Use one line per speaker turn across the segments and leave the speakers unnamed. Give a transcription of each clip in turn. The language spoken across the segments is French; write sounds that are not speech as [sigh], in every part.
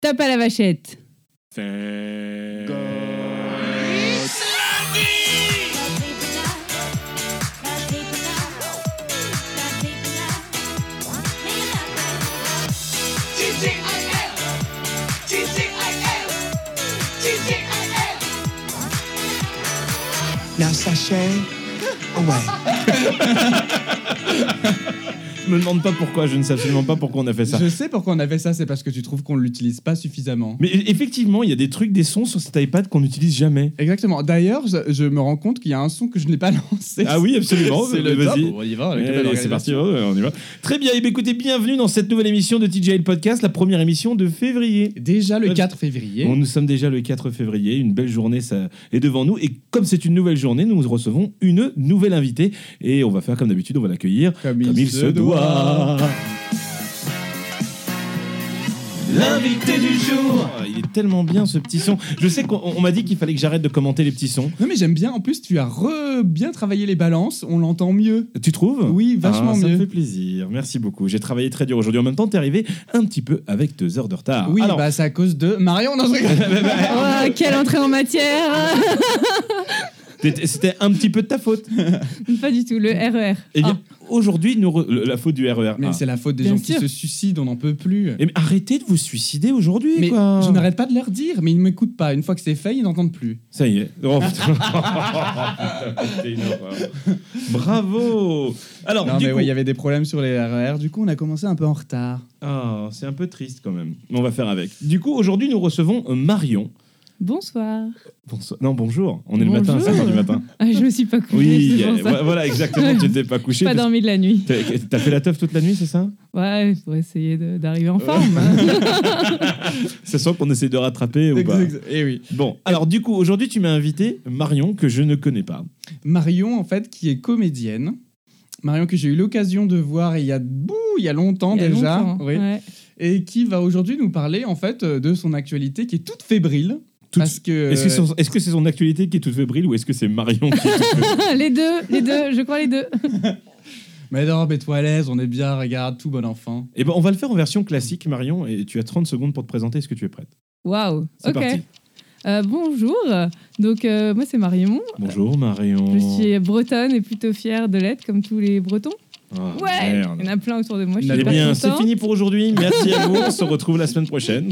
Top à la vachette.
C'est...
Now sachez away.
Je me demande pas pourquoi, je ne sais absolument pas pourquoi on a fait ça.
Je sais pourquoi on avait ça, c'est parce que tu trouves qu'on l'utilise pas suffisamment.
Mais e-, effectivement, il y a des trucs, des sons sur cet iPad qu'on n'utilise jamais.
Exactement. D'ailleurs, je, je me rends compte qu'il y a un son que je n'ai pas [laughs] lancé.
Ah oui, absolument.
c'est
Mais
le top.
vas-y.
On y va. avec la
Allez,
belle
c'est parti,
organisation.
ouais, ouais, on y va. Très bien, et bien écoutez, bienvenue dans cette nouvelle émission de TJL Podcast, la première émission de février.
Déjà le
Ouais.
4 février.
Bon, nous sommes déjà le 4 février, une belle journée ça est devant nous, et comme c'est une nouvelle journée, nous recevons une nouvelle invitée, et on va faire comme d'habitude, on va l'accueillir
Comme,
comme il se doit. L'invité du jour Ah, Il est tellement bien ce petit son. Je sais qu'on on m'a dit qu'il fallait que j'arrête de commenter les petits sons.
Non mais j'aime bien. En plus, tu as re bien travaillé les balances. On l'entend mieux.
Tu trouves
Oui, vachement
Ah, Ça me
mieux.
fait plaisir. Merci beaucoup. J'ai travaillé très dur aujourd'hui. En même temps, t'es arrivé un petit peu avec deux heures de retard.
oui,
Ah, Alors,
bah c'est à cause de Marion. Non, je
[laughs]
rigole.
Oh, quelle entrée en matière
t'étais- c'était un petit peu de ta faute.
Pas du tout, le E RER.
Eh bien, aujourd'hui, nous re- le- la faute du RER.
mais
Ah.
c'est la faute des
Bien
gens
sûr.
qui se suicident. On n'en peut plus.
Eh, mais arrêtez de vous suicider aujourd'hui,
Mais
quoi.
je n'arrête pas de leur dire, mais ils ne m'écoutent pas. Une fois que c'est fait, ils n'entendent plus.
Ça [laughs] y est. Oh, putain. C'est une horreur. Bravo. Alors,
Non,
du
mais
coup-
ouais, il y avait des problèmes sur les RER. Du coup, on a commencé un peu en retard.
Ah, c'est un peu triste quand même. Mais on va faire avec. Du coup, aujourd'hui, nous recevons euh, Marion.
Bonsoir.
Bonsoir. Non, bonjour. On est le matin,
Bonjour.
5h
[laughs]
du matin.
Ah, je me suis pas couchée,
Oui,
c'est
euh,
pour ça.
ouais, voilà, exactement. Tu t'es pas couché.
pas
parce-
dormi de la nuit.
T'as t'as fait la teuf toute la nuit, c'est ça
Ouais, pour essayer de- d'arriver
Euh,
en forme. hein.
Ça sent qu'on essaie de rattraper ou pas
Et oui.
Bon, alors du coup, aujourd'hui, tu m'as invité Marion, que je ne connais pas.
Marion, en fait, qui est comédienne. Marion que j'ai eu l'occasion de voir il y a bouh, il y a longtemps
Il y a
déjà,
longtemps, hein.
oui.
ouais. [laughs]
et qui va aujourd'hui nous parler en fait euh, de son actualité qui est toute fébrile.
Toute-
Parce que
Est-ce que c'est
euh,
son, est-ce que c'est son actualité qui est toute fébrile ou est-ce que c'est Marion qui [laughs] est toute fébrile
les deux, les deux, je crois les deux.
mais non, mais toi à l'aise, on est bien, regarde, tout bon enfant.
Eh ben, on va le faire en version classique, Marion, et tu as 30 secondes pour te présenter. Est-ce que tu es prête
Waouh.
C'est
Ok.
parti.
Euh, bonjour. Donc euh, moi c'est Marion.
Bonjour, Marion.
Je suis bretonne et plutôt fière de l'être comme tous les Bretons.
Ah,
Ouais.
merde.
Il y en a plein autour de moi. Je suis
Eh
Eh
hyper
bien, c'est
contente.
fini pour aujourd'hui. Merci à vous. On se retrouve la semaine prochaine.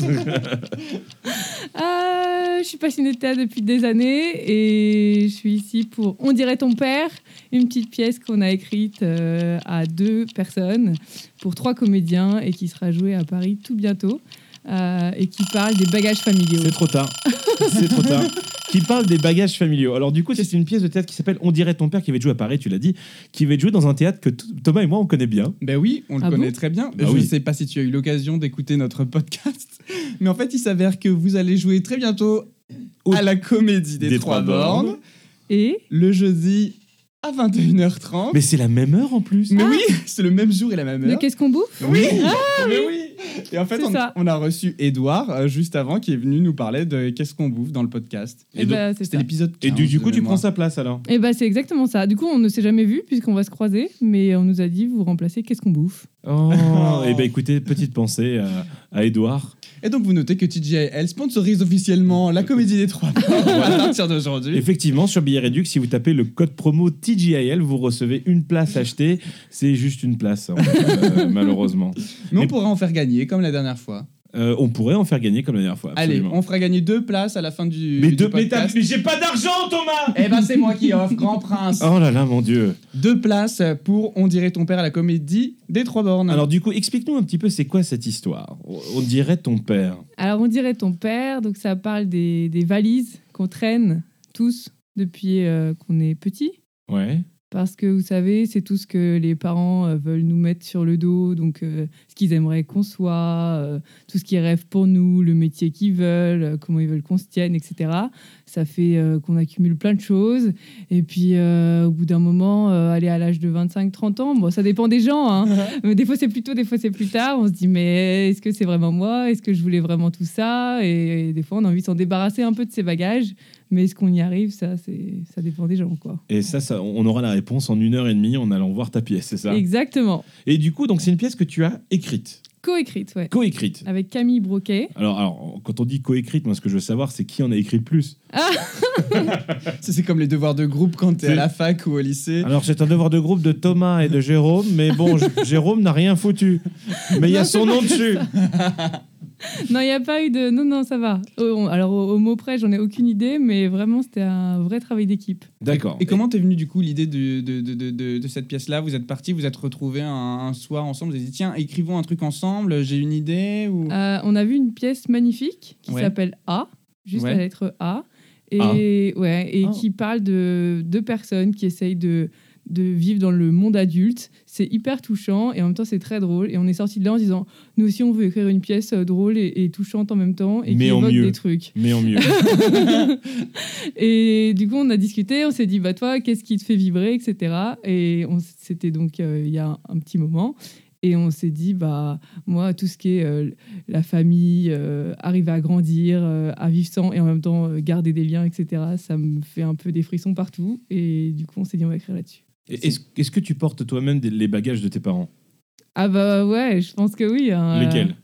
Euh, je suis passionnée de théâtre depuis des années et je suis ici pour On dirait ton père, une petite pièce qu'on a écrite euh, à deux personnes pour trois comédiens et qui sera jouée à Paris tout bientôt euh, et qui parle des bagages familiaux.
[laughs] C'est trop tard. C'est trop tard. Qui parle des bagages familiaux. Alors, du coup, c'est une pièce de théâtre qui s'appelle On dirait ton père qui va être joué à Paris, tu l'as dit, qui va être joué dans un théâtre que t- Thomas et moi, on connaît bien.
Ben oui, on le
Ah
connaît
bon
très bien.
Bah
je ne
oui.
sais pas si tu as eu l'occasion d'écouter notre podcast, [laughs] mais en fait, il s'avère que vous allez jouer très bientôt
Au-
à la comédie des, trois, bornes,
Et
le jeudi à 21h30.
Mais c'est la même heure en plus.
Mais oui, [laughs] c'est le même jour et la même
de
heure.
qu'est-ce qu'on bouffe
Oui, Ah, mais oui. Et en fait,
Ah C'est
on,
ça.
on a reçu Edouard euh, juste avant qui est venu nous parler de qu'est-ce qu'on bouffe dans le podcast.
Eh
Et donc-
ben, c'est
C'était
ça.
l'épisode 15.
Et du, du coup,
de
tu prends
mémoire.
sa place alors.
Eh ben, c'est exactement ça. Du coup, on ne s'est jamais vu puisqu'on va se croiser, mais on nous a dit vous remplacez qu'est-ce qu'on bouffe.
[laughs] Oh, et ben écoutez, petite pensée à, à Edouard.
Et donc, vous notez que TJL sponsorise officiellement la comédie
[laughs]
des trois à partir d'aujourd'hui.
Effectivement, sur Billet Réduc, si vous tapez le code promo TGIL, vous recevez une place achetée. C'est juste une place, en fait, [laughs] euh, malheureusement.
Mais on
Mais-
pourra en faire gagner comme la dernière fois.
Euh, on pourrait en faire gagner comme la dernière fois.
Allez,
absolument.
on fera gagner deux places à la fin du,
Mais,
du
deux- mais t'as-
podcast.
mais j'ai pas d'argent, Thomas
Eh ben, c'est moi qui offre, grand prince.
Oh là là, mon Dieu.
Deux places pour On dirait ton père à la comédie des trois bornes.
Alors du coup, explique-nous un petit peu, c'est quoi cette histoire On on dirait ton père.
Alors, on dirait ton père, donc ça parle des, des valises qu'on traîne tous depuis euh, qu'on est petit.
Ouais.
Parce que vous savez, c'est tout ce que les parents euh, veulent nous mettre sur le dos, donc euh, ce qu'ils aimeraient qu'on soit, euh, tout ce qu'ils rêvent pour nous, le métier qu'ils veulent, euh, comment ils veulent qu'on se tienne, etc. Ça fait euh, qu'on accumule plein de choses. Et puis, euh, au bout d'un moment, euh, aller à l'âge de 25-30 ans, bon, ça dépend des gens. hein. Mais des fois, c'est plus tôt, des fois, c'est plus tard. On se dit, mais est-ce que c'est vraiment moi Est-ce que je voulais vraiment tout ça et, des fois, on a envie de s'en débarrasser un peu de ces bagages. Mais est-ce qu'on y arrive Ça, c'est- ça dépend des gens, quoi.
Et ça, ça, on aura la réponse en une heure et demie en allant voir ta pièce, c'est ça
Exactement.
Et du coup, donc c'est une pièce que tu as écrite.
Coécrite, ouais.
Coécrite.
Avec Camille Broquet.
Alors, alors, quand on dit coécrite, moi, ce que je veux savoir, c'est qui en a écrit le plus.
C'est c'est comme les devoirs de groupe quand t'es
C'est-
à la fac ou au lycée.
Alors, c'est un devoir de groupe de Thomas et de Jérôme, mais bon, [laughs] J- Jérôme n'a rien foutu. Mais il y a
Non,
son nom dessus.
Non, il n'y a pas eu de. Non, non, ça va. Oh, on- Alors, au, au mot près, j'en ai aucune idée, mais vraiment, c'était un vrai travail d'équipe.
D'accord.
Et comment t'es venu du coup l'idée de, de, de, de- de- de cette pièce-là Vous êtes partis, vous êtes retrouvés un, un soir ensemble, vous avez dit tiens, écrivons un truc ensemble, j'ai une idée ou...
Euh, on a vu une pièce magnifique qui
Ouais.
s'appelle A, juste
Ouais.
la lettre A, et, Ouais, et
Ah.
qui parle de deux personnes qui essayent de, de vivre dans le monde adulte. C'est hyper touchant et en même temps, c'est très drôle. Et on est sorti de là en se disant nous aussi, on veut écrire une pièce euh, drôle et, et touchante en même temps et
Mais
qui
en
évoque
mieux.
des trucs.
Mais en
[laughs]
mieux.
Et du coup, on a discuté, on s'est dit, bah toi, qu'est-ce qui te fait vibrer, etc. Et on s- c'était donc euh, il y a un, un petit moment. Et on s'est dit, bah moi, tout ce qui est euh, la famille, euh, arriver à grandir, euh, à vivre sans et en même temps euh, garder des liens, etc., ça me fait un peu des frissons partout. Et du coup, on s'est dit, on va écrire là-dessus.
Et Est-ce est-ce que tu portes toi-même des- les bagages de tes parents
Ah bah ouais, je pense que oui. hein.
Lesquels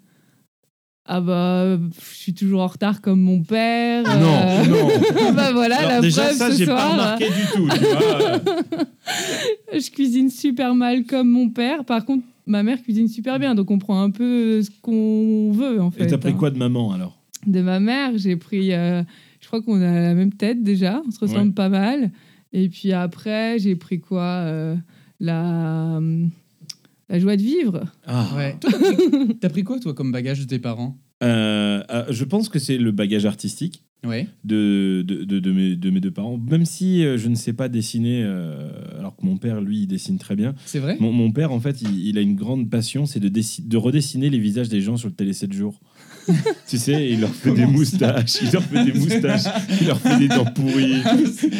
Ah bah, pff, je suis toujours en retard comme mon père.
Ah Non,
euh,
non.
[laughs] bah voilà,
Alors,
la
déjà,
preuve
ça,
ce
j'ai pas
soir.
remarqué du tout. tu
[laughs]
vois.
Je cuisine super mal comme mon père. Par contre, ma mère cuisine super bien, donc on prend un peu ce qu'on veut en fait.
Et t'as pris
hein.
quoi de maman alors
De ma mère, j'ai pris. euh, je crois qu'on a la même tête déjà. On se ressemble
Ouais.
pas mal. Et puis après, j'ai pris quoi euh, La hum, la joie de vivre.
Ah.
[laughs] Ouais. Euh. T'as pris quoi toi comme bagage de tes parents
Euh, euh, je pense que c'est le bagage artistique
Ouais.
de, de, de- de mes, de mes deux parents. Même si euh, je ne sais pas dessiner, euh, alors que mon père, lui, il dessine très bien.
C'est [laughs] vrai
Mon, mon père, en fait, il, il a une grande passion, c'est de, dessi- de redessiner les visages des gens sur le télé
[laughs]
7 jours. tu sais, il leur fait des
Comment ça
moustaches, il leur fait des moustaches, il leur fait des dents
[laughs]
pourries.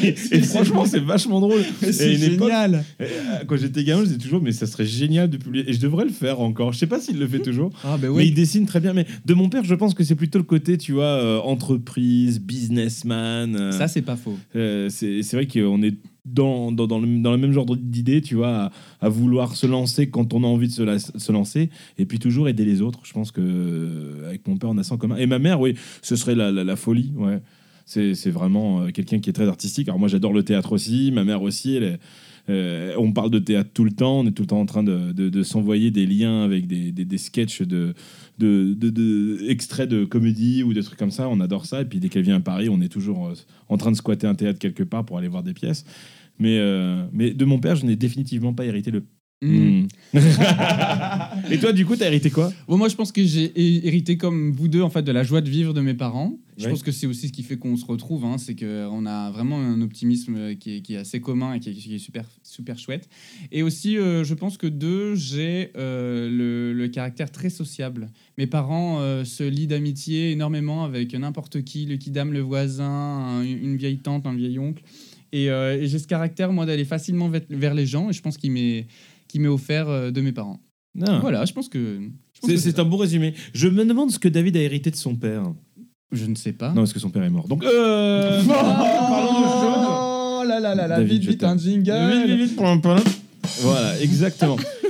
Et, et franchement, c'est vachement drôle. Et à une époque, euh, quand j'étais gamin, je disais toujours, mais ça serait génial de publier. Et je devrais le faire encore. Je sais pas s'il le fait toujours.
Ah bah
Mais
ouais.
il dessine très bien. Mais de mon père, je pense que c'est plutôt le côté, tu vois, euh, entreprise, businessman. euh,
Ça c'est pas faux.
euh, c'est c'est vrai qu'on est dans, dans, dans, le, dans le même genre d'idée, tu vois, à, à vouloir se lancer quand on a envie de se, la- se lancer, et puis toujours aider les autres. Je pense que euh, avec mon père, on a ça en commun. Et ma mère, oui, ce serait la, la, la folie, ouais. C'est c'est vraiment euh, quelqu'un qui est très artistique. Alors moi, j'adore le théâtre aussi, ma mère aussi, elle est- euh, on parle de théâtre tout le temps, on est tout le temps en train de, de- de s'envoyer des liens avec des, des, des sketchs de, de, de- de- extraits de comédie ou des trucs comme ça. On adore ça. Et puis dès qu'elle vient à Paris, on est toujours euh, en train de squatter un théâtre quelque part pour aller voir des pièces. Mais, euh, mais de mon père, je n'ai définitivement pas hérité le. Hmm.
Mm.
Mm. [laughs] Et toi, du coup, t'as hérité quoi
Bon, moi, je pense que j'ai hé- hérité comme vous deux en fait de la joie de vivre de mes parents. Je
Ouais.
pense que c'est aussi ce qui fait qu'on se retrouve, hein, c'est qu'on a vraiment un optimisme euh, qui est, qui est assez commun et qui est, qui est super, super chouette. Et aussi, euh, je pense que deux, j'ai euh, le, le caractère très sociable. Mes parents euh, se lient d'amitié énormément avec n'importe qui, le kidam, le voisin, un- une vieille tante, un vieil oncle. Et, euh, et j'ai ce caractère, moi, d'aller facilement ve- vers les gens, et je pense qu'il m'est qu'il m'est offert euh, de mes parents.
Non.
Voilà, je pense que... je
Ah. C'est-
pense que Hein
C'est un bon résumé. Je me demande ce que David a hérité de son père.
Je ne sais pas.
Non, parce que son père est mort. Donc, [laughs] euh, parlons de choses.
Oh là là là là,
David,
vite,
je
vite,
t'aime.
un jingle.
Vite, vite, vite, point, point. Voilà, exactement. [laughs]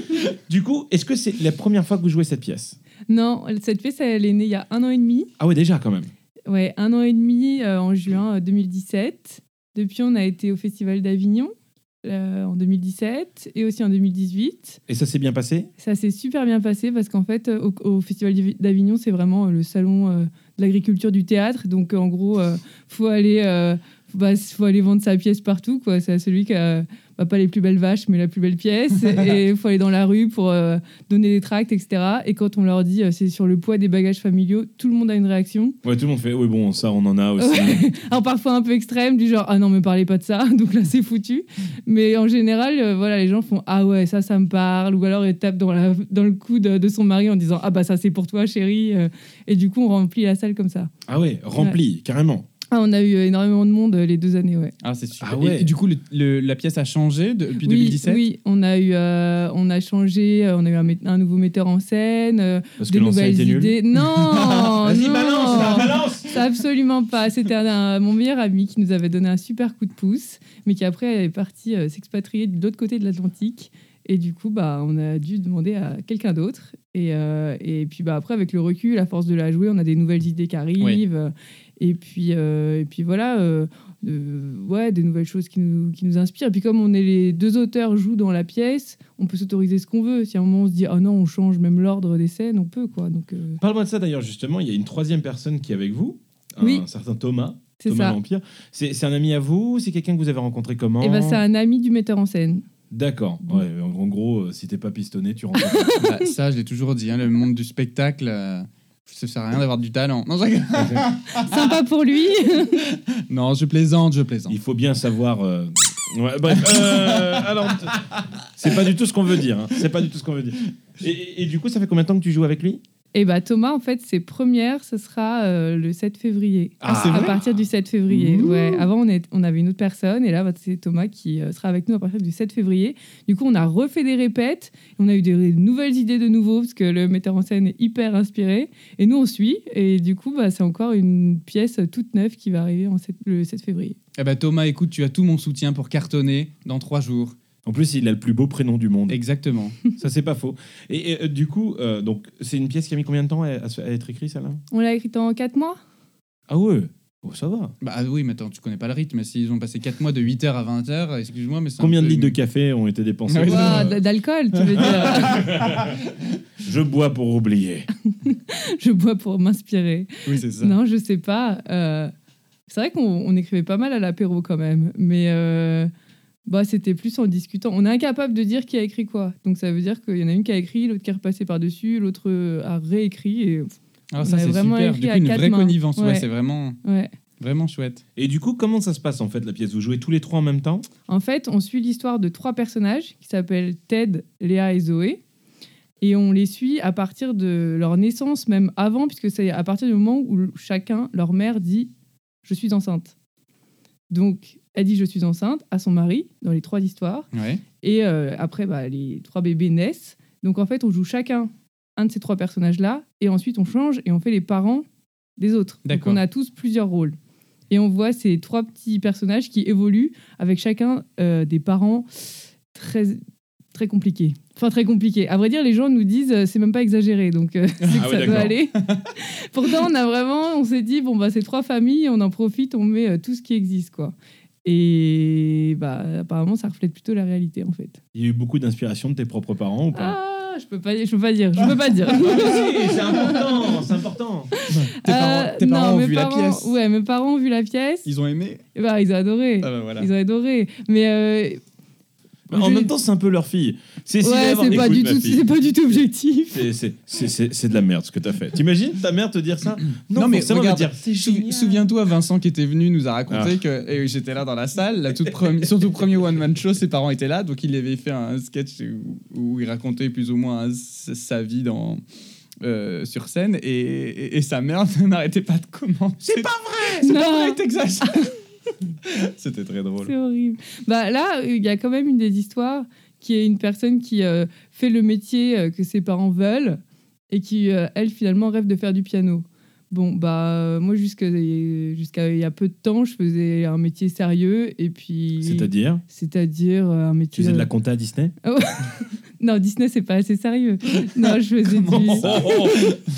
du coup, est-ce que c'est la première fois que vous jouez cette pièce
Non, cette pièce, elle est née il y a un an et demi.
Ah ouais, déjà quand même.
Ouais, un an et demi euh, en juin euh, 2017. Depuis, on a été au Festival d'Avignon euh, en 2017 et aussi en 2018.
Et ça s'est bien passé
Ça s'est super bien passé parce qu'en fait, euh, au, au Festival d'Avi- d'Avignon, c'est vraiment euh, le salon euh, de l'agriculture du théâtre. Donc, euh, en gros, euh, faut aller, euh, bah, faut aller vendre sa pièce partout. quoi. C'est à celui qui a bah, pas les plus belles vaches, mais la plus belle pièce. et faut aller dans la rue pour euh, donner des tracts, etc. Et quand on leur dit euh, c'est sur le poids des bagages familiaux, tout le monde a une réaction.
Ouais, tout le monde fait. Oui, bon, ça, on en a aussi.
Alors parfois un peu extrême, du genre ah non me parlez pas de ça, [laughs] donc là c'est foutu. Mais en général, euh, voilà, les gens font ah ouais ça ça me parle, ou alors ils tapent dans, la, dans le coude de son mari en disant ah bah ça c'est pour toi chérie, Euh, et du coup on remplit la salle comme ça.
Ah ouais, rempli, carrément.
Ah on a eu énormément de monde euh, les deux années ouais.
Ah, c'est super.
Ah ouais.
Et, et du coup, le- le- la pièce a changé de- depuis
oui,
2017
Oui, on a eu, euh, on a changé, euh, on a eu un, mét- un nouveau metteur en scène, euh,
Parce
des
que l'ancien
nouvelles
était nul.
idées. Non,
[laughs]
non.
balance
Ça, Absolument pas. C'était un- un- mon meilleur ami qui nous avait donné un super coup de pouce, mais qui après est parti euh, s'expatrier de l'autre côté de l'Atlantique. Et du coup, bah, on a dû demander à quelqu'un d'autre. Et, euh, et puis bah, après, avec le recul, à force de la jouer, on a des nouvelles idées qui arrivent. Et, puis, euh, et puis voilà, euh, euh, ouais, des nouvelles choses qui nous, qui nous inspirent. Et puis comme on est les deux auteurs jouent dans la pièce, on peut s'autoriser ce qu'on veut. Si à un moment on se dit, ah non, on change même l'ordre des scènes, on peut quoi. Donc euh,
Parle-moi de ça d'ailleurs, justement. Il y a une troisième personne qui est avec vous, un
Oui.
certain Thomas.
c'est
Thomas
ça.
L'Empire. C'est c'est un ami à vous C'est quelqu'un que vous avez rencontré comment
Et ben c'est un Mm. ami du metteur en scène.
D'accord.
Bon.
Ouais, en en gros, euh, si t'es pas pistonné, tu rentres.
[laughs]
Bah, ça, je l'ai toujours dit, hein, le monde du spectacle, euh, ça sert à rien d'avoir du talent. Non, je rigole.
Sympa pour lui.
[laughs]
[laughs]
Non, je plaisante, je plaisante.
Il faut bien savoir. euh, ouais, bref.
[laughs]
euh, alors, t- c'est pas du tout ce qu'on veut dire. hein. C'est pas du tout ce qu'on veut dire. Et, et- et du coup, ça fait combien de temps que tu joues avec lui
Et bah Thomas, en fait, ses premières, ce sera euh, le 7 février.
Ah, c'est
à
vrai
partir du 7 février.
Ouh.
Ouais. Avant, on, est, on avait une autre personne, et là, bah, c'est Thomas qui euh, sera avec nous à partir du 7 février. Du coup, on a refait des répètes, on a eu des ré- nouvelles idées de nouveau, parce que le metteur en scène est hyper inspiré. Et nous, on suit, et du coup, bah, c'est encore une pièce toute neuve qui va arriver en sept- le 7 février.
Eh ben, Thomas, écoute, tu as tout mon soutien pour cartonner dans trois jours.
En plus, il a le plus beau prénom du monde.
Exactement.
Ça, c'est pas faux. Et, et, euh, du coup, euh, donc, c'est une pièce qui a mis combien de temps à, à se- à être écrite, celle-là
On l'a écrite en 4 mois
Ah ouais Oh, ça va.
Bah oui, mais attends, tu connais pas le rythme. S'ils ont passé 4 mois de 8h à 20h, excuse-moi, mais c'est un
Combien de
peu-
litres de café ont été dépensés
Ouais,
pour,
Ouah,
euh,
d- D'alcool, tu veux
[laughs]
dire
Je bois pour oublier.
Je bois pour m'inspirer.
Oui, c'est ça.
Non, je sais pas. Euh, c'est vrai qu'on on écrivait pas mal à l'apéro quand même, mais euh, bah, c'était plus en discutant. On est incapable de dire qui a écrit quoi. Donc ça veut dire qu'il y en a une qui a écrit, l'autre qui est repassée par-dessus, l'autre euh, a réécrit. Et...
Alors Ah, ça,
On a
c'est
vraiment
super.
écrit
Du coup,
à
une
quatre
vraie
mains.
connivence. Ouais,
Ouais.
c'est vraiment,
Ouais.
vraiment chouette.
Et du coup, comment ça se passe en fait la pièce Vous jouez tous les trois en même temps
En fait, on suit l'histoire de trois personnages qui s'appellent Ted, Léa et Zoé. Et on les suit à partir de leur naissance, même avant, puisque c'est à partir du moment où chacun, leur mère, dit Je suis enceinte. Donc, elle dit Je suis enceinte à son mari, dans les trois histoires.
Ouais.
Et euh, après, bah, les trois bébés naissent. Donc en fait, on joue chacun un de ces trois personnages-là. Et ensuite, on change et on fait les parents des autres. Donc
D'accord.
on a tous plusieurs rôles. Et on voit ces trois petits personnages qui évoluent avec chacun euh, des parents très, très compliqués. Enfin, très compliqués. À vrai dire, les gens nous disent euh, c'est même pas exagéré. Donc euh, [laughs] c'est que
Ah ouais,
ça
d'accord.
doit
[laughs]
aller. Pourtant, on a vraiment, on s'est dit bon, bah, c'est trois familles, on en profite, on met euh, tout ce qui existe, quoi. Et bah, apparemment, ça reflète plutôt la réalité, en fait.
Il y a eu beaucoup d'inspiration de tes propres parents ou pas
Ah, je peux pas, je peux pas dire, je peux pas
[laughs]
dire. Euh,
C'est important, c'est important.
Tes parents,
Euh,
tes parents
non,
ont
mes
vu
parents-
la pièce.
Ouais, mes parents ont vu la pièce.
Ils ont aimé.
Et bah, ils ont adoré.
Ah bah voilà.
Ils ont adoré. Mais euh,
Bah, En
je-
même temps, c'est un peu leur fille. C'est si
ouais,
d'avoir-
c'est pas
Écoute,
du
ma
tout,
fille,
c'est pas du tout
[laughs]
objectif.
c'est- c'est- c'est- c'est- c'est de la merde ce que t'as fait. T'imagines ta mère te dire [clears throat] ça Non,
Non, mais
mais ça va
regarde,
dire. C'est
Sou-
génial.
Souviens-toi, Vincent qui était venu nous a raconté que et j'étais là dans la salle, la toute premi- son tout premier one man show, ses parents étaient là, donc il avait fait un sketch où, où il racontait plus ou moins s- sa vie dans euh, sur scène et, et- et sa mère [laughs] n'arrêtait pas de commenter. C'est pas
Non,
vrai, t'exagères. C'était très drôle.
c'est horrible. Bah là, il y a quand même une des histoires qui est une personne qui euh, fait le métier euh, que ses parents veulent et qui, euh, elle, finalement, rêve de faire du piano. Bon, bah, euh, moi, jusque- jusqu'à il y a peu de temps, je faisais un métier sérieux et puis.
C'est-à-dire
C'est-à-dire euh, un métier.
Tu faisais de la compta à Disney
Non, Disney, c'est pas assez
[laughs]
sérieux. Non, je faisais du.
Oh,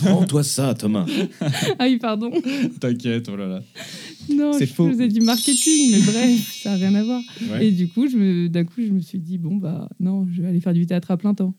Prends-toi ça, Thomas.
Ah oui, pardon.
T'inquiète, oh là là.
Non,
C'est
je
faux.
faisais du marketing, mais bref, ça n'a rien à voir.
Ouais.
Et du coup, je me- d'un coup, je me suis dit, bon, bah non, je vais aller faire du théâtre à plein temps.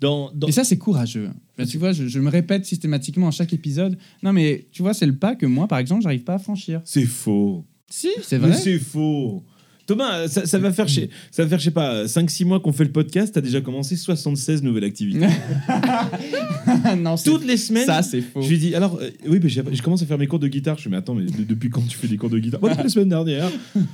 Dans, dans-
Et ça, c'est courageux. Ben, tu vois, je, je me répète systématiquement à chaque épisode. Non, mais tu vois, c'est le pas que moi, par exemple, j'arrive pas à franchir.
C'est faux.
Si, c'est
Mais
vrai.
c'est faux. Thomas, ça, ça va faire, chez, ça va faire, je sais pas, 5-6 mois qu'on fait le podcast, t'as déjà commencé 76 nouvelles activités.
[laughs] non, c'est-
Toutes les semaines,
ça, c'est faux.
je lui dis, alors, euh, oui, mais j'ai- je commence à faire mes cours de guitare. Je lui dis, mais attends, mais de- depuis quand tu fais des cours de guitare Moi, la semaine
[laughs]
dernière.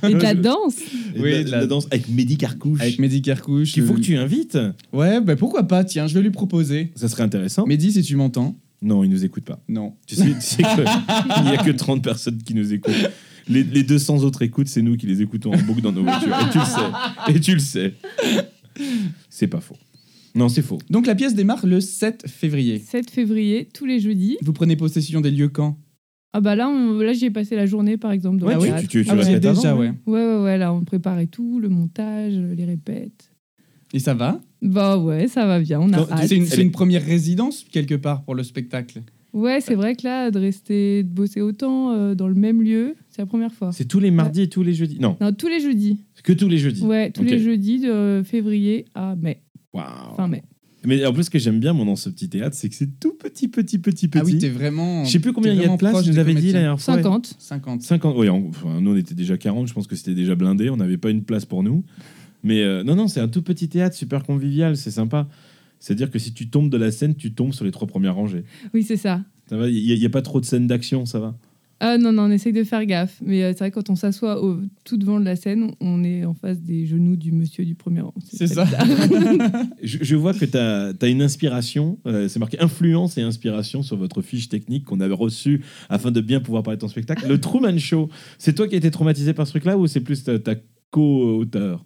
Et de la danse
Et
Oui,
de la,
de
de
la-
la danse avec Mehdi Carcouche.
Avec Mehdi Kerkouche.
Qu'il faut
euh,
que tu invites.
Ouais, ben pourquoi pas, tiens, je vais lui proposer.
Ça serait intéressant.
Mehdi, si tu m'entends.
Non, il nous écoute pas.
Non.
Tu sais, tu sais que il n'y a que 30 personnes qui nous écoutent. Les, les 200 autres écoutes, c'est nous qui les écoutons en boucle dans nos voitures. Et tu le sais. Et tu le sais. C'est pas faux. Non, c'est faux.
Donc la pièce démarre le 7 février.
7 février, tous les jeudis.
Vous prenez possession des lieux quand
Ah bah là, on- là j'y ai passé la journée, par exemple, dans
Ouais,
le
tu-
théâtre.
tu- tu- tu
Ah
vas
ouais.
répètes
déjà,
avant,
ouais.
ouais, ouais, ouais, là, on préparait tout, le montage, les répètes.
Et ça va
Bah ouais, ça va bien, on a
Non,
hâte.
C'est une, c'est
Ah, Elle est-
une première résidence, quelque part, pour le spectacle.
Ouais, c'est vrai que là, de rester, de bosser autant euh, dans le même lieu, c'est la première fois.
C'est tous les mardis et tous les jeudis. Non,
Non, tous les jeudis.
que tous les jeudis.
Ouais, tous
Ok.
les jeudis de euh, février à mai,
Waouh.
fin mai.
Mais en plus, ce que j'aime bien, moi, dans ce petit théâtre, c'est que c'est tout petit, petit, petit, petit.
Ah oui, t'es vraiment.
Je sais plus combien
t'es
il y a de
vraiment
places,
proche
je vous
des
avais dit la
comédiens.
dernière fois.
50.
[laughs]
50.
50, oui, en- enfin, nous on était déjà 40, je pense que c'était déjà blindé, on n'avait pas une place pour nous. Mais euh, non, non, c'est un tout petit théâtre, super convivial, c'est sympa. C'est-à-dire que si tu tombes de la scène, tu tombes sur les trois premières rangées.
Oui, c'est ça.
Ça va, il n'y a, pas trop de scènes d'action, ça va.
Ah non, non, on essaye de faire gaffe. Mais euh, c'est vrai, quand on s'assoit au- tout devant de la scène, on est en face des genoux du monsieur du premier rang.
C'est ça.
Je, je vois que tu as, une inspiration, euh, c'est marqué influence et inspiration sur votre fiche technique qu'on avait reçue afin de bien pouvoir parler de ton spectacle. Le Truman Show, c'est toi qui as été traumatisé par ce truc-là ou c'est plus ta, ta co-auteur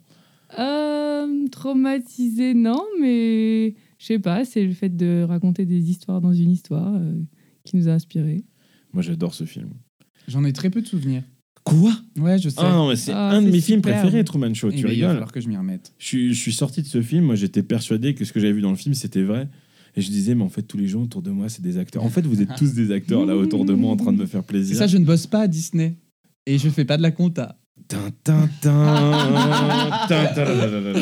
Euh, traumatisé, non, mais je sais pas, c'est le fait de raconter des histoires dans une histoire euh, qui nous a inspirés.
Moi j'adore ce film.
[laughs] J'en ai très peu de souvenirs.
Quoi
Ouais, je sais.
Ah non, mais c'est
Ah,
un de
c'est
mes films
superbe.
préférés, Truman Show,
Eh
tu
ben, il va
rigoles. hein?
falloir que je m'y remette.
Je, suis- je suis sorti de ce film, moi j'étais persuadé que ce que j'avais vu dans le film c'était vrai. Et je disais, mais en fait, tous les gens autour de moi, c'est des acteurs. En fait, vous êtes tous des acteurs là autour de moi en train de me faire
C'est
plaisir.
ça, je ne bosse pas à Disney. Et je fais pas de la compta.
Tin, tin, tin, tin, tin, la, la, la, la.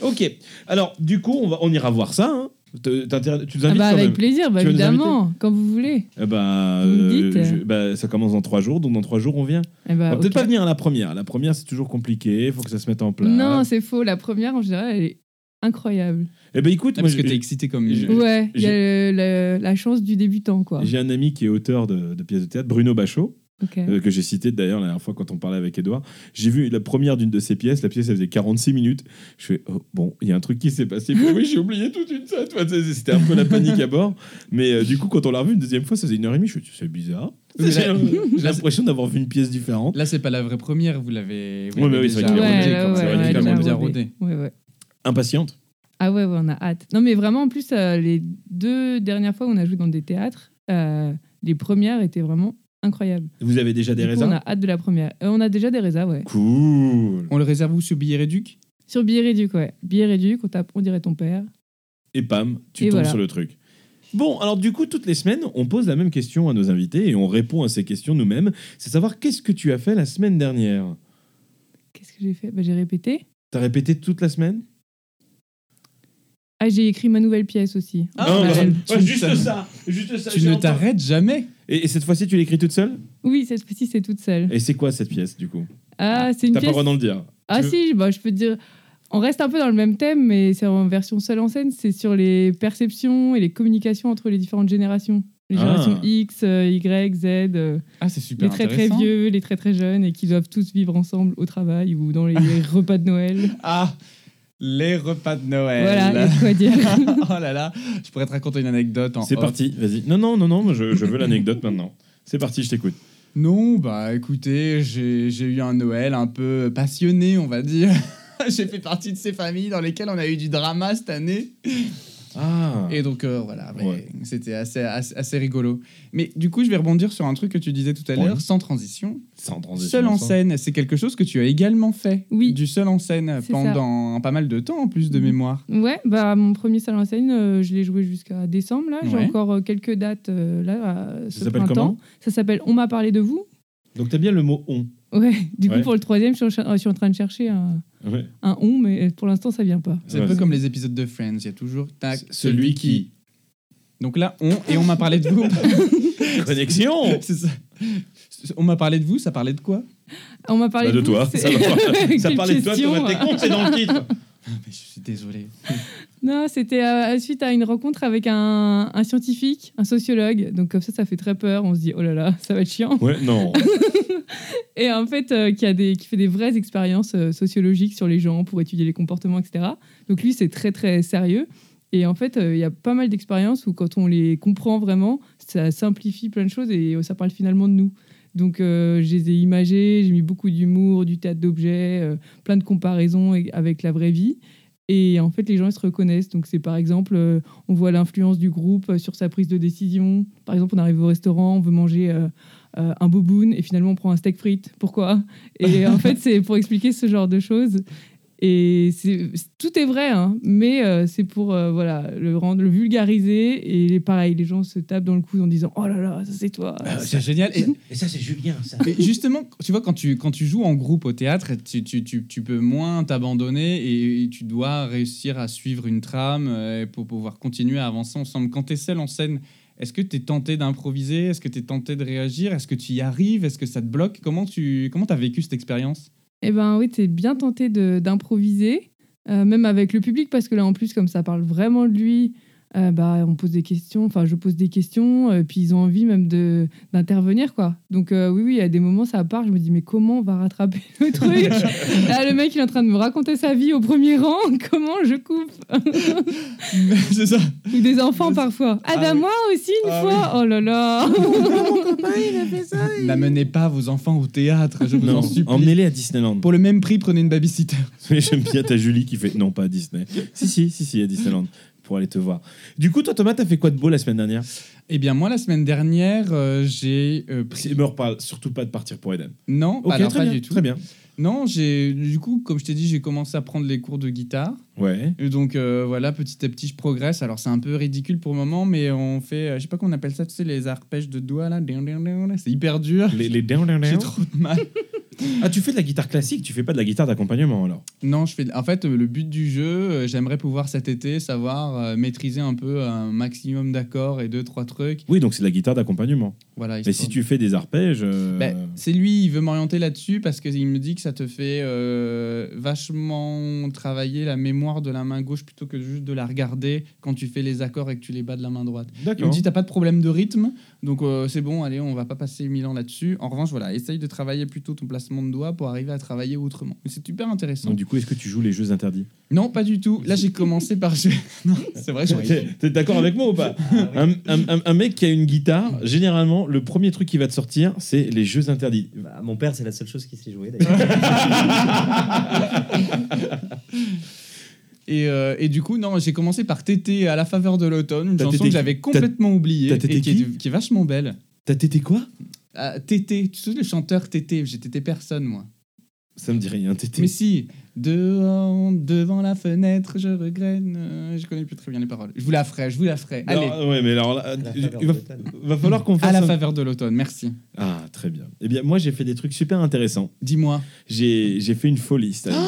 Ok, alors du coup, on, va, on ira voir ça. hein. Te- t'inter- Tu nous
Ah
invites
bah,
quand
avec
même
plaisir, bah,
Tu vas nous
évidemment, quand vous voulez.
Eh bah,
Vous me
euh,
dites.
je- bah, ça commence dans trois jours, donc dans trois jours, on vient.
Eh bah,
on va peut-être
ok.
pas venir à la première. La première, c'est toujours compliqué, il faut que ça se mette en place.
Non, c'est faux. La première, en général, elle est incroyable.
Eh ben écoute,
Ah,
moi,
parce que
je-
t'es excité comme.
je-
Ouais, il y a le- le- la chance du débutant, quoi.
J'ai un ami qui est auteur de, de pièces de théâtre, Bruno Bachot,
Ok.
euh, que j'ai cité d'ailleurs la dernière fois quand on parlait avec Edouard. J'ai vu la première d'une de ses pièces, la pièce elle faisait 46 minutes. Je fais, oh, bon, il y a un truc qui s'est passé. Mais oui, j'ai oublié toute une scène. Enfin, c'est- C'était un peu la panique à bord. Mais euh, du coup, quand on l'a revu une deuxième fois, ça faisait une heure et demie. Je fais, c'est bizarre.
Mais
J'ai
là-
[laughs] j'ai
là,
l'impression d'avoir vu une pièce différente.
Là, c'est pas la vraie première, vous l'avez. vous
Ouais,
l'avez
mais oui, c'est
déjà
vrai qu'il a rodé,
rodé, comme
ouais,
ça,
ouais,
il a
ouais, il
clairement
a
bien
rodé.
rodé.
Ouais, ouais.
Impatiente.
Ah ouais, ouais, on a hâte. Non, mais vraiment, en plus, euh, les deux dernières fois où on a joué dans des théâtres, euh, les premières étaient vraiment incroyables.
Vous avez déjà des
Du coup, on
raisins
a hâte de la première. Euh, on a déjà des résas, ouais.
Cool.
On le réserve où sur Billet Réduc
Sur billet réduit, ouais. Billet réduit, on tape, on dirait ton père.
Et pam, tu
Et
tombes
voilà.
sur le truc. Bon, alors du coup, toutes les semaines, on pose la même question à nos invités et on répond à ces questions nous-mêmes. C'est savoir qu'est-ce que tu as fait la semaine dernière
Qu'est-ce que j'ai fait Bah, J'ai répété.
T'as répété toute la semaine
Ah, j'ai écrit ma nouvelle pièce aussi.
Ah,
Non,
bah,
bah,
parallèle.
ouais,
tu
Juste
ne-
ça, juste ça.
Tu
j'ai
ne
entendu.
t'arrêtes jamais
Et, et cette fois-ci, tu l'écris toute seule
Oui, cette fois-ci, c'est toute seule.
Et c'est quoi cette pièce du coup
Ah, c'est une
T'as pas
pièce.
le droit d'en le dire.
Ah
Tu-
si, bah, je peux te dire. On reste un peu dans le même thème, mais c'est en version seule en scène. C'est sur les perceptions et les communications entre les différentes générations. Les
Ah.
générations X, euh, Y, Z, euh,
Ah, c'est super.
les très très
intéressant.
vieux, les très très jeunes, et qui doivent tous vivre ensemble au travail ou dans les [laughs] repas de
[laughs]
Noël.
Ah, les repas de Noël.
voilà, il y a de quoi dire.
[laughs] oh là là, je pourrais te raconter une anecdote en
C'est
off.
parti, vas-y. Non, non, non, non, moi, je, je veux l'anecdote maintenant. C'est parti, je t'écoute.
Non, bah écoutez, j'ai j'ai eu un Noël un peu passionné, on va dire. [laughs] j'ai fait partie de ces familles dans lesquelles on a eu du drama cette année.
Ah
Et donc euh, voilà, mais
Ouais.
c'était assez, assez, assez rigolo. Mais du coup, je vais rebondir sur un truc que tu disais tout à
Ouais.
l'heure, sans transition.
Sans transition.
Seul en
ensemble.
scène, c'est quelque chose que tu as également fait.
Oui.
Du seul en scène
C'est ça.
pendant pas mal de temps en plus de
Mhm.
mémoire.
Ouais, bah mon premier salon en scène, euh, je l'ai joué jusqu'à décembre là. J'ai
Ouais.
encore euh, quelques dates euh, là. euh, ce
Ça s'appelle
printemps.
comment
Ça s'appelle On m'a parlé de vous.
Donc t'as bien le mot on.
Ouais. Du
Ouais.
coup pour le troisième, je suis en, je suis en train de chercher un,
Ouais.
un on, mais euh, pour l'instant ça vient pas.
C'est un
Ouais.
peu comme les épisodes de Friends, il y a toujours tac,
C- Ah, Celui qui.
Donc là, on et on m'a parlé [laughs] de vous.
Connexion
[laughs] C'est ça. On m'a parlé de vous, ça parlait de quoi
On m'a parlé
Bah, de
vous, [laughs]
toi,
c'est-
ça va pas. Ça
Quelle
parlait de toi,
question.
Thomas, t'es con, c'est dans le titre.
Ah, mais Je suis désolé.
Non, c'était euh, suite à une rencontre avec un, un scientifique, un sociologue. Donc comme ça, ça fait très peur. On se dit oh là [laughs] là, ça va être chiant.
Ouais, non.
Et en fait, euh, qui, a des, qui fait des vraies expériences euh, sociologiques sur les gens pour étudier les comportements, etc. Donc lui, c'est très très sérieux. Et en fait, euh, il y a pas mal d'expériences où quand on les comprend vraiment, ça simplifie plein de choses et euh, ça parle finalement de nous. Donc euh, je les ai imagées, j'ai mis beaucoup d'humour, du théâtre d'objets, euh, plein de comparaisons avec- avec la vraie vie. Et en fait, les gens ils se reconnaissent. Donc, c'est par exemple, euh, on voit l'influence du groupe euh, sur sa prise de décision. Par exemple, on arrive au restaurant, on veut manger euh, euh, un boboon et finalement on prend un steak frites. Pourquoi Et en fait, c'est pour expliquer ce genre de choses. Et c'est- c'est- tout est vrai, hein, mais euh, c'est pour euh, voilà, le, rendre, le vulgariser. Et les- pareil, les gens se tapent dans le coude en disant Oh là là, ça c'est toi.
Ah, c'est génial. Et-
Ah, Et ça, c'est Julien, ça.
Mais justement, tu vois, quand tu, quand tu joues en groupe au théâtre, tu, tu, tu, tu peux moins t'abandonner et, et tu dois réussir à suivre une trame euh, pour pouvoir continuer à avancer ensemble. Quand tu es seul en scène, est-ce que tu es tenté d'improviser Est-ce que tu es tenté de réagir Est-ce que tu y arrives Est-ce que ça te bloque Comment tu comment as vécu cette expérience [laughs]
Eh ben oui, t'es bien tenté de- d'improviser, euh, même avec le public, parce que là en plus, comme ça parle vraiment de lui, euh, bah on pose des questions, enfin je pose des questions, euh, puis ils ont envie même de d'intervenir quoi. Donc euh, oui oui, à des moments ça part, je me dis mais comment on va rattraper
[laughs]
le truc Là le mec il est en train de me raconter sa vie au premier rang, [laughs] comment je coupe
C'est ça.
Ou des enfants parfois. Ah,
Ah
bah
oui.
moi aussi une
Ah
fois. Oh là là.
N'amenez pas vos enfants au théâtre, je vous en
Non,
supplie.
emmenez-les à Disneyland. [laughs]
Pour le même prix, prenez une babysitter.
J'aime bien ta Julie qui fait non, pas à Disney. Si, si, si, si, à Disneyland pour aller te voir. Du coup, toi, Thomas, t'as fait quoi de beau la semaine dernière
Eh bien, moi, la semaine dernière, euh, j'ai euh,
Si-
pris.
Me reparle surtout pas de partir pour Eden.
Non,
Ok,
alors
très
pas
bien,
du tout.
Très bien.
Non, j'ai du coup, comme je t'ai dit, j'ai commencé à prendre les cours de guitare.
Ouais.
Et donc euh, voilà, petit à petit, je progresse. Alors c'est un peu ridicule pour le moment, mais on fait, euh, je sais pas comment on appelle ça, tu sais, les arpèges de doigts là. Ding, ding, ding, là. C'est hyper dur.
Les, les down, down, down.
J'ai trop de mal.
Ah, tu fais de la guitare classique, tu fais pas de la guitare d'accompagnement alors
non, je fais. En fait, euh, le but du jeu, euh, j'aimerais pouvoir cet été savoir euh, maîtriser un peu un maximum d'accords et deux trois trucs.
Oui, donc c'est de la guitare d'accompagnement.
Voilà.
Mais
histoire
si
de-
tu fais des arpèges. euh,
Ben, c'est lui, il veut m'orienter là-dessus parce qu'il me dit que ça te fait euh, vachement travailler la mémoire de la main gauche plutôt que juste de la regarder quand tu fais les accords et que tu les bats de la main droite. Il me
D'accord.
dit t'as pas de problème de rythme, donc euh, c'est bon, allez, on va pas passer mille ans là-dessus. En revanche, voilà, essaye de travailler plutôt ton placement de doigt pour arriver à travailler autrement. C'est super intéressant.
Donc, du coup, est-ce que tu joues les jeux interdits
Non, pas du tout. Là, j'ai commencé par [laughs] jouer. Non, c'est vrai, j'aurais
T'es t'es d'accord avec moi ou pas un, un- un- un mec qui a une guitare, généralement, le premier truc qui va te sortir, c'est les jeux interdits.
Bah, mon père, c'est la seule chose qui s'est jouée, d'ailleurs.
Et, euh, et du coup, non, j'ai commencé par Tété à la faveur de l'automne, une
T'as
chanson
tété
que
qui-
j'avais
t'as-
complètement oubliée
t'as
et qui
tété
est,
qui
qui est vachement belle.
T'as tété quoi
Ah, tété, tu sais le chanteur Tété, j'ai tété personne moi.
Ça me dit rien, tété.
Mais si, dehors, devant la fenêtre, je regrette. euh, je connais plus très bien les paroles. Je vous la ferai, je vous la ferai.
Non,
Allez,
ouais, mais alors là,
la
il va,
faveur de l'automne.
va falloir qu'on fasse.
à la
un-
faveur de l'automne, merci.
Ah, très bien. Eh bien, moi, j'ai fait des trucs super intéressants.
Dis-moi.
J'ai j'ai fait une folie cette année.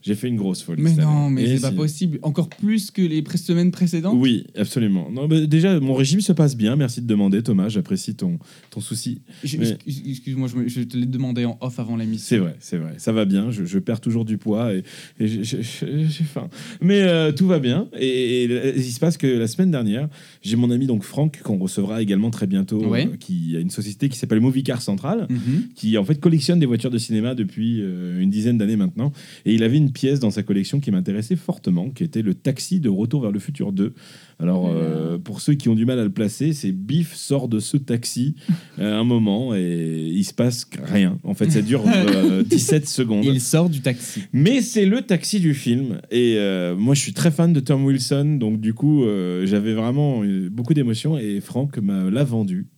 J'ai fait une grosse folie.
Mais
cette
non,
année.
mais
Et
c'est pas
si.
possible. Encore plus que les pré- semaines précédentes.
Oui, absolument. Non, mais déjà, mon régime se passe bien. Merci de demander, Thomas. J'apprécie ton, ton souci.
Je-
mais-
excuse- Excuse-moi, je, me- je te l'ai demandé en off avant la
C'est
mission.
vrai, c'est vrai. Ça va bien. Je, je perds toujours du poids et, et j'ai- j'ai j'ai- j'ai faim. Mais euh, tout va bien. Et, et- et il se passe que la semaine dernière, j'ai mon ami donc Franck qu'on recevra également très bientôt,
Ouais.
euh, qui a une société qui s'appelle Movie Car Central.
Mhm.
qui en fait collectionne des voitures de cinéma depuis euh, une dizaine d'années maintenant. Et il avait une pièce dans sa collection qui m'intéressait fortement, qui était le taxi de Retour vers le futur 2. Alors, euh, pour ceux qui ont du mal à le placer, c'est Biff sort de ce taxi à un moment et il se passe rien. En fait, ça dure euh, 17 secondes.
Il sort du taxi.
Mais c'est le taxi du film. Et euh, moi, je suis très fan de Tom Wilson. Donc, du coup, euh, j'avais vraiment euh, beaucoup d'émotions et Franck m'a l'a vendu.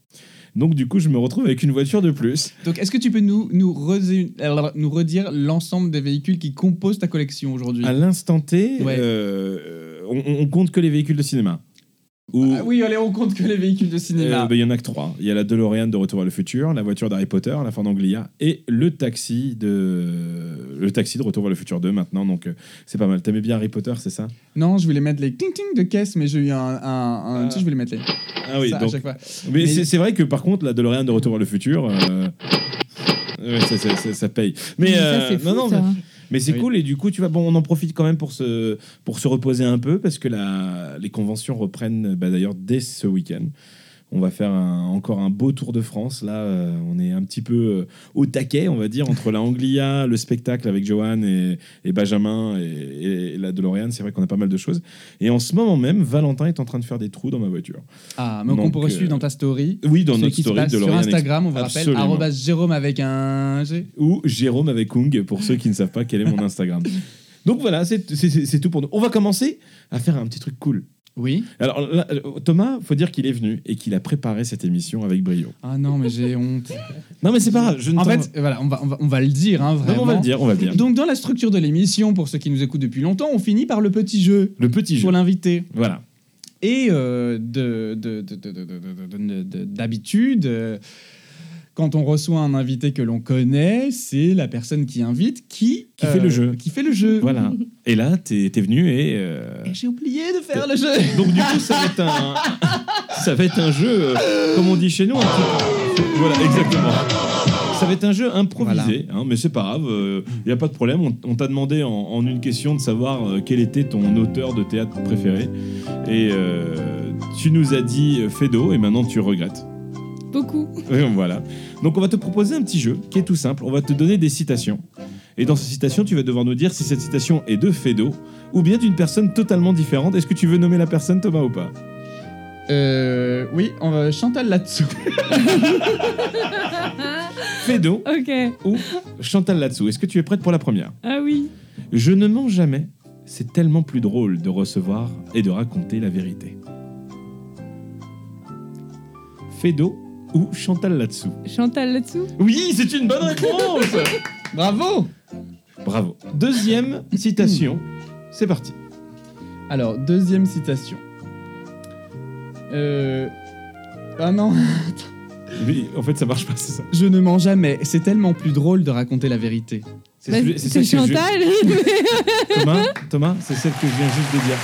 Donc, du coup, je me retrouve avec une voiture de plus.
Donc, est-ce que tu peux nous, nous, resé- alors, nous redire l'ensemble des véhicules qui composent ta collection aujourd'hui
À l'instant T,
Ouais.
euh, on, on compte que les véhicules de cinéma. Ou-
Ah Oui, allez, on compte que les véhicules de
Euh, bah,
cinéma.
Il y en a que trois. Il y a la DeLorean de Retour à le futur, la voiture d'Harry Potter, la Ford Anglia et le taxi de le taxi de Retour à le futur 2 maintenant. Donc euh, c'est pas mal. T'aimais bien Harry Potter, c'est ça
Non, je voulais mettre les cling-cling de caisse, mais j'ai eu un. un- un-
Ah.
Tu sais, je voulais mettre les.
Ah oui.
ça, à
donc-
chaque fois.
mais
Mais-
c'est c'est vrai que par contre la DeLorean de Retour vers le futur. euh, ouais, ça, ça- ça- ça paye. [laughs] Mais,
ça,
euh,
c'est fou,
non, non,
ça.
Mais c'est
Oui.
cool et du coup tu vois bon on en profite quand même pour se pour se reposer un peu parce que la, les conventions reprennent bah, d'ailleurs dès ce week-end. On va faire un- encore un beau tour de France. Là, euh, on est un petit peu euh, au taquet, on va dire, entre la Anglia, le spectacle avec Johan et, et Benjamin et, et la DeLorean. C'est vrai qu'on a pas mal de choses. Et en ce moment même, Valentin est en train de faire des trous dans ma voiture.
Ah, mais on
Donc,
pourrait
euh,
suivre dans ta story.
Oui, dans
ce
notre
qui se
story
passe sur
DeLorean Express.
Instagram, on vous rappelle,
Absolument.
arrobas Jérôme avec un G.
ou Jérôme avec Kung pour ceux qui ne savent
[laughs]
pas quel est mon Instagram. Donc voilà, c'est c'est- c'est- c'est tout pour nous. On va commencer à faire un petit truc cool.
Oui.
Alors là, euh, Thomas, faut dire qu'il est venu et qu'il a préparé cette émission avec brio.
Ah non, mais j'ai honte.
Non mais c'est pas grave, [laughs] je ne
En
t'en-
fait, voilà, on va, on va, on va le dire, hein,
Non, mais
vraiment.
on va le dire, on va le dire.
Donc, dans la structure de l'émission, pour ceux qui nous écoutent depuis longtemps, on finit par le petit jeu
Le petit jeu.
pour l'invité.
Voilà.
Et euh, de- de- de- de- de- de- de- de- de- d'habitude, euh, quand on reçoit un invité que l'on connaît, c'est la personne qui invite qui, euh,
Qui fait le jeu.
Qui fait le jeu.
Voilà. Et là, t'es t'es venu et. euh,
Et j'ai oublié de faire le jeu.
Donc du coup, ça va être un, ça va être un jeu, euh, comme on dit chez nous, un petit- voilà, exactement. Ça va être un jeu improvisé, hein, mais c'est pas grave, il n'y a pas de problème. On, on t'a demandé en, en une question de savoir euh, quel était ton auteur de théâtre préféré, et euh, tu nous as dit euh, Fedo, et maintenant tu regrettes.
Beaucoup.
[laughs] Euh, voilà. Donc on va te proposer un petit jeu qui est tout simple. On va te donner des citations. Et dans ces citations, tu vas devoir nous dire si cette citation est de Fedo ou bien d'une personne totalement différente. Est-ce que tu veux nommer la personne, Thomas, ou pas
Euh, oui, on va- Chantal là-dessous. [laughs]
Fedo
Ah, ok.
ou Chantal Latsou. Est-ce que tu es prête pour la première
Ah oui.
Je ne mens jamais. C'est tellement plus drôle de recevoir et de raconter la vérité. Fedo ou Chantal Latsou
Chantal là-dessous
Oui, c'est une bonne réponse
Bravo
Bravo. Deuxième citation. C'est parti.
Alors, deuxième citation. Euh... Ah non, [laughs]
Oui, en fait, ça marche pas, c'est ça.
je ne mens jamais. C'est tellement plus drôle de raconter la vérité.
C'est
Bah,
ce que- c'est
C'est
celle que je-
Chantal.
[laughs] Thomas, Thomas, c'est celle que je viens juste de dire.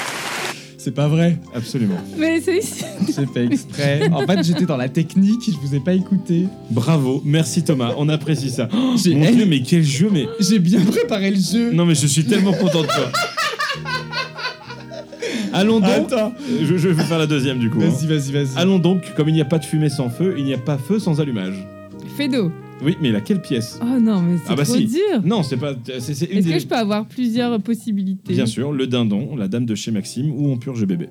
C'est pas vrai.
Absolument.
mais c'est.
J'ai fait exprès. En fait, j'étais dans la technique, je vous ai pas écouté.
Bravo, merci Thomas, on apprécie ça.
J'ai
Mon dieu, mais quel jeu, mais.
j'ai bien préparé le jeu.
Non, mais je suis tellement content de toi. Allons donc.
Ah, Attends.
Je, je vais faire la deuxième du coup. hein.
Vas-y, vas-y, vas-y.
Allons donc, comme il n'y a pas de fumée sans feu, il n'y a pas feu sans allumage.
Fedo.
Oui, mais laquelle pièce
Oh non, mais c'est
Ah bah
trop
si.
dur.
Non, c'est pas. C'est c'est une
Est-ce
des-
que je peux avoir plusieurs possibilités
Bien sûr, le dindon, la dame de chez Maxime ou on purge bébé.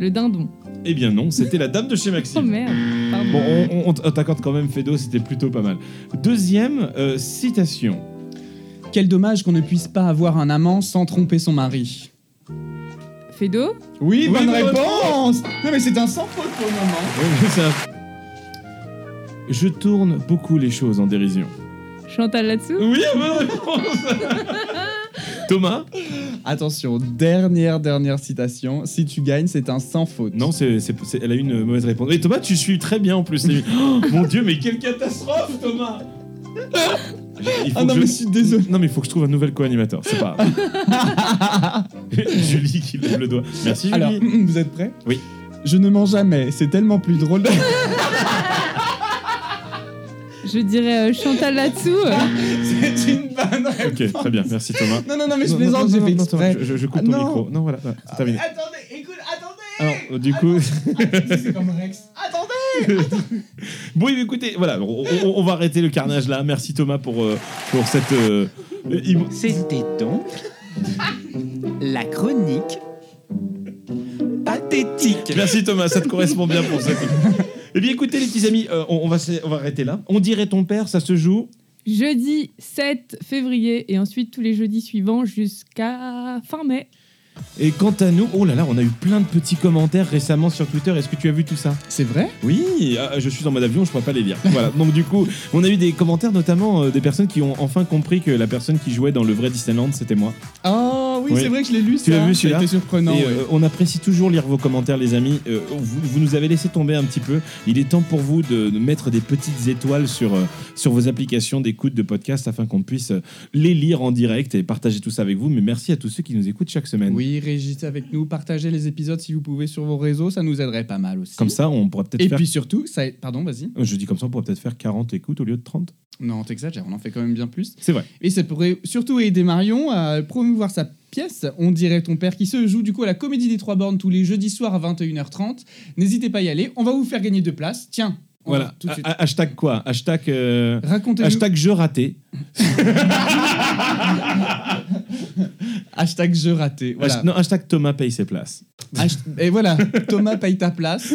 Le dindon.
Eh bien non, c'était la dame de chez
Oh
Maxime.
merde. Pardon.
Bon, on, on- on t'accorde quand même Fedo, c'était plutôt pas mal. Deuxième euh, citation.
Quel dommage qu'on ne puisse pas avoir un amant sans tromper son mari.
Fedo.
Oui,
bonne
réponse. Non, mais c'est un sans faute pour le moment.
Oui, mais ça- Je tourne beaucoup les choses en dérision.
Chantal là-dessous
Oui, bonne réponse [laughs] Thomas
Attention, dernière, dernière citation. Si tu gagnes, c'est un sans faute.
Non, c'est, c'est- c'est- elle a eu une mauvaise réponse. Mais Thomas, tu suis très bien en plus. [laughs] C'est- Oh, mon dieu, mais quelle catastrophe, Thomas Il faut
Ah non,
que
mais je suis désolé.
Non, mais il faut que je trouve un nouvel co-animateur, c'est pas [laughs] grave. Julie qui lève le doigt. Merci, Julie.
Alors, hum, vous êtes prêts
Oui.
Je ne mens jamais, c'est tellement plus drôle. de-
Je dirais euh, Chantal là-dessous. euh,
c'est une bonne réponse.
ok, très bien, merci Thomas.
Non, non, non, mais je
Non, non,
plaisante,
non,
j'ai
non,
fait
non, Thomas,
exprès.
je, je coupe
Ah,
ton
non.
micro. Non, voilà, voilà, c'est terminé.
Attendez, écoute, attendez
Alors, euh, du coup.
C'est comme
[laughs]
Rex. Attendez
Bon, eh bien, écoutez, voilà, on, on- on va arrêter le carnage là. Merci Thomas pour, euh, pour cette. euh, euh, im-
C'était donc la chronique pathétique.
Merci Thomas, ça te correspond bien pour
[laughs]
cette. Eh bien, écoutez, les petits amis, euh, on, on va, se- on va arrêter là. On dirait ton père, ça se joue.
Jeudi 7 février et ensuite tous les jeudis suivants jusqu'à fin mai.
Et quant à nous, oh là là, on a eu plein de petits commentaires récemment sur Twitter. Est-ce que tu as vu tout ça
C'est vrai
Oui, ah, je suis en mode avion, je pourrais pas les lire. Voilà. Donc du coup, on a eu des commentaires, notamment euh, des personnes qui ont enfin compris que la personne qui jouait dans le vrai Disneyland, c'était moi.
Oh oui,
Oui.
c'est vrai que je l'ai lu,
Tu
ça.
l'as vu,
Ça a
celui-là
été surprenant,
Et,
ouais.
euh, on apprécie toujours lire vos commentaires, les amis. Euh, vous, vous nous avez laissé tomber un petit peu. Il est temps pour vous de, de mettre des petites étoiles sur, euh, sur vos applications d'écoute de podcast afin qu'on puisse euh, les lire en direct et partager tout ça avec vous. Mais merci à tous ceux qui nous écoutent chaque semaine.
Oui, régissez avec nous, partagez les épisodes si vous pouvez sur vos réseaux, ça nous aiderait pas mal aussi.
Comme ça, on pourra peut-être
Et
faire.
puis surtout, ça... pardon, vas-y.
Je dis comme ça, on pourra peut-être faire 40 écoutes au lieu de 30.
Non, t'exagères, on en fait quand même bien plus.
C'est vrai.
Et ça pourrait surtout aider Marion à promouvoir sa pièce, On dirait ton père, qui se joue du coup à la Comédie des Trois Bornes tous les jeudis soirs à 21h30. N'hésitez pas à y aller, on va vous faire gagner deux places. Tiens, on
Voilà.
va tout de suite.
Ha- ha- hashtag quoi Hashtag. euh,
Racontez-nous.
Hashtag je raté.
Hashtag je raté. Voilà.
Hasht- non, hashtag Thomas paye ses places. [laughs]
Hasht- Et voilà, Thomas paye ta place.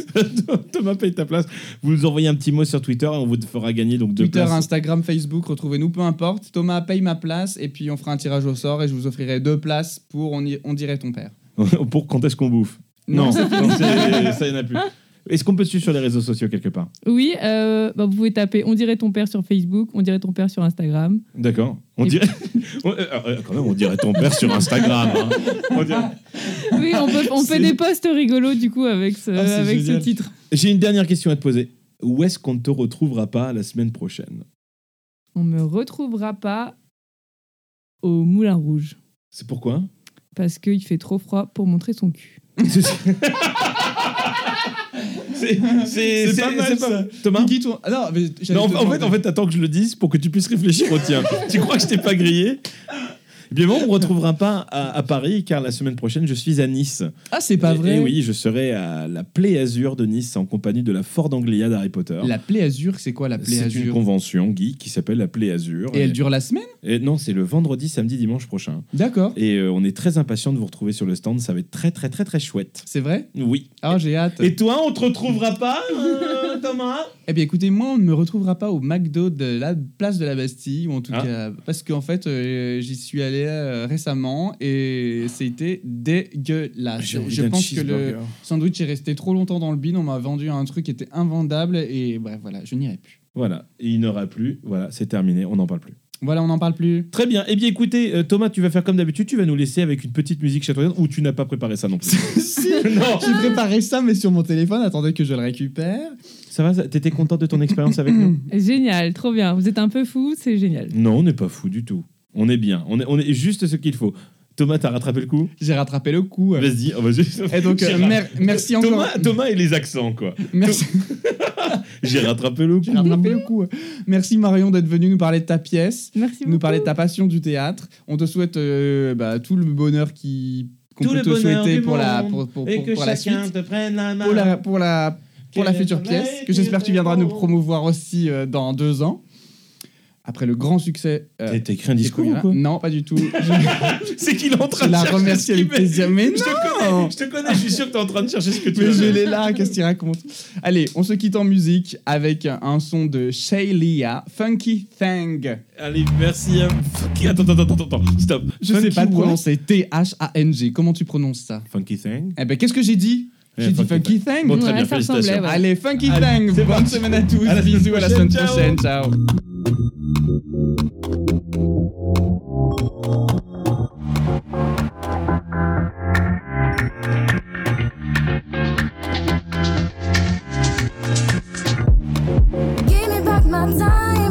Thomas paye ta place. Vous nous envoyez un petit mot sur Twitter et on vous fera gagner donc deux
Twitter,
places.
Instagram, Facebook, retrouvez-nous, peu importe. Thomas paye ma place et puis on fera un tirage au sort et je vous offrirai deux places pour On, y- on dirait ton père.
[laughs] pour quand est-ce qu'on bouffe Non, non, c'est- ça y en a plus. Est-ce qu'on peut te suivre sur les réseaux sociaux quelque part
Oui, euh, bah, vous pouvez taper On dirait ton père sur Facebook, On dirait ton père sur Instagram.
D'accord. On
Et-
dirait. [laughs] on- euh, euh, quand même, on dirait ton père sur Instagram. hein. On dirait-
Oui, on, peut- on fait
C'est-
des posts rigolos du coup avec ce,
Ah, c'est
avec ce
génial.
titre.
J'ai une dernière question à te poser. Où est-ce qu'on ne te retrouvera pas la semaine prochaine
On me retrouvera pas au Moulin Rouge
C'est pourquoi
parce qu'il fait trop froid pour montrer son cul.
C'est [laughs] c'est- c'est-
pas mal,
c'est
ça.
Thomas
Guigui, toi- ah non, mais j'allais
Non,
te
en fait,
demander.
en fait, t'attends que je le dise pour que tu puisses réfléchir au
[laughs]
tien. tu crois que je t'ai pas grillé Évidemment, on ne retrouvera pas à, à Paris car la semaine prochaine, je suis à Nice.
Ah, c'est pas
Et-
vrai.
Et oui, je serai à la Play Azur de Nice en compagnie de la Ford Anglia d'Harry Potter.
La plaie azur, c'est quoi la plaie
C'est une
azur
convention geek qui s'appelle la Play Azur.
Et elle dure la semaine
Et non, c'est le vendredi, samedi, dimanche prochain.
D'accord.
Et euh, on est très impatient de vous retrouver sur le stand. Ça va être très, très, très, très chouette.
C'est vrai
Oui.
Ah, j'ai hâte.
Et toi, on te retrouvera pas, euh, Thomas
Eh bien, écoutez, moi, on ne me retrouvera pas au McDo de la place de la Bastille, ou en tout
Ah.
cas, parce qu'en fait, euh, j'y suis allé euh, récemment et c'était dégueulasse. Je pense que le sandwich est resté trop longtemps dans le bin, on m'a vendu un truc qui était invendable et bref, voilà, je n'irai plus.
Voilà, Et il n'aura plus. Voilà, c'est terminé, on n'en parle plus.
Voilà, on n'en parle
[laughs]
plus.
Très bien. Eh bien, écoutez, euh, Thomas, tu vas faire comme d'habitude. Tu vas nous laisser avec une petite musique chatoyante ou tu n'as pas préparé ça non [laughs] plus.
[laughs] si,
non
j'ai préparé ça, mais sur mon téléphone, attendez que je le récupère.
Ça va ça- T'étais contente de ton expérience avec nous
Génial, trop bien. Vous êtes un peu fou, c'est génial.
Non, on n'est pas fou du tout. On est bien. On est, on est juste ce qu'il faut. Thomas, t'as rattrapé le coup
J'ai rattrapé le coup.
Vas-y, on va juste.
[laughs] Et donc, euh,
J'ai ra-
mer- merci encore.
Thomas, Thomas et les accents, quoi.
Merci.
J'ai rattrapé le coup.
J'ai rattrapé le coup. Merci Marion d'être venue nous parler de ta pièce,
Merci beaucoup.
nous parler de ta passion du théâtre. On te souhaite euh, bah, tout le bonheur qui qu'on
Tout
peut
le
te
bonheur
souhaiter
du
pour la
monde.
pour, pour,
Et
pour-
que
pour la
chacun
suite,
te prenne la main.
pour la pour la pour la
Que
future
le
pièce
soleil
que j'espère que tu viendras nous
te
promouvoir aussi euh, dans deux ans après le grand succès. euh,
T'as t'as écrit un
des
discours ou
Corinna.
quoi
Non, pas du
[laughs]
tout. Je,
C'est qu'il est en train
je
de
la
chercher
remercie
ce qu'il
avec
met.
plaisir. Mais
Je te
non
connais, je te connais, je suis sûr que t'es en train de chercher ce que tu
Mais je
veux.
l'ai là, qu'est-ce qu'il raconte Allez, on se quitte en musique avec un son de Shaylia, Funky Thang.
Allez, merci. à- Fuck, Attends, attends, attends, attends, attends, stop.
Je
Funky
sais pas
what
prononcer T-H-A-N-G. Comment tu prononces ça
Funky thing.
Eh ben, qu'est-ce que j'ai dit
Eh,
J'ai dit
funky
Funky Thang.
Bon, très
Ouais,
bien,
ça ressemblait,
félicitations.
ouais.
Allez, Funky
Allez,
Thang.
c'est
Bonne
parti.
semaine à tous.
À la semaine
Bisous, à la
prochaine,
semaine
ciao.
prochaine. Ciao.
Give me back my time.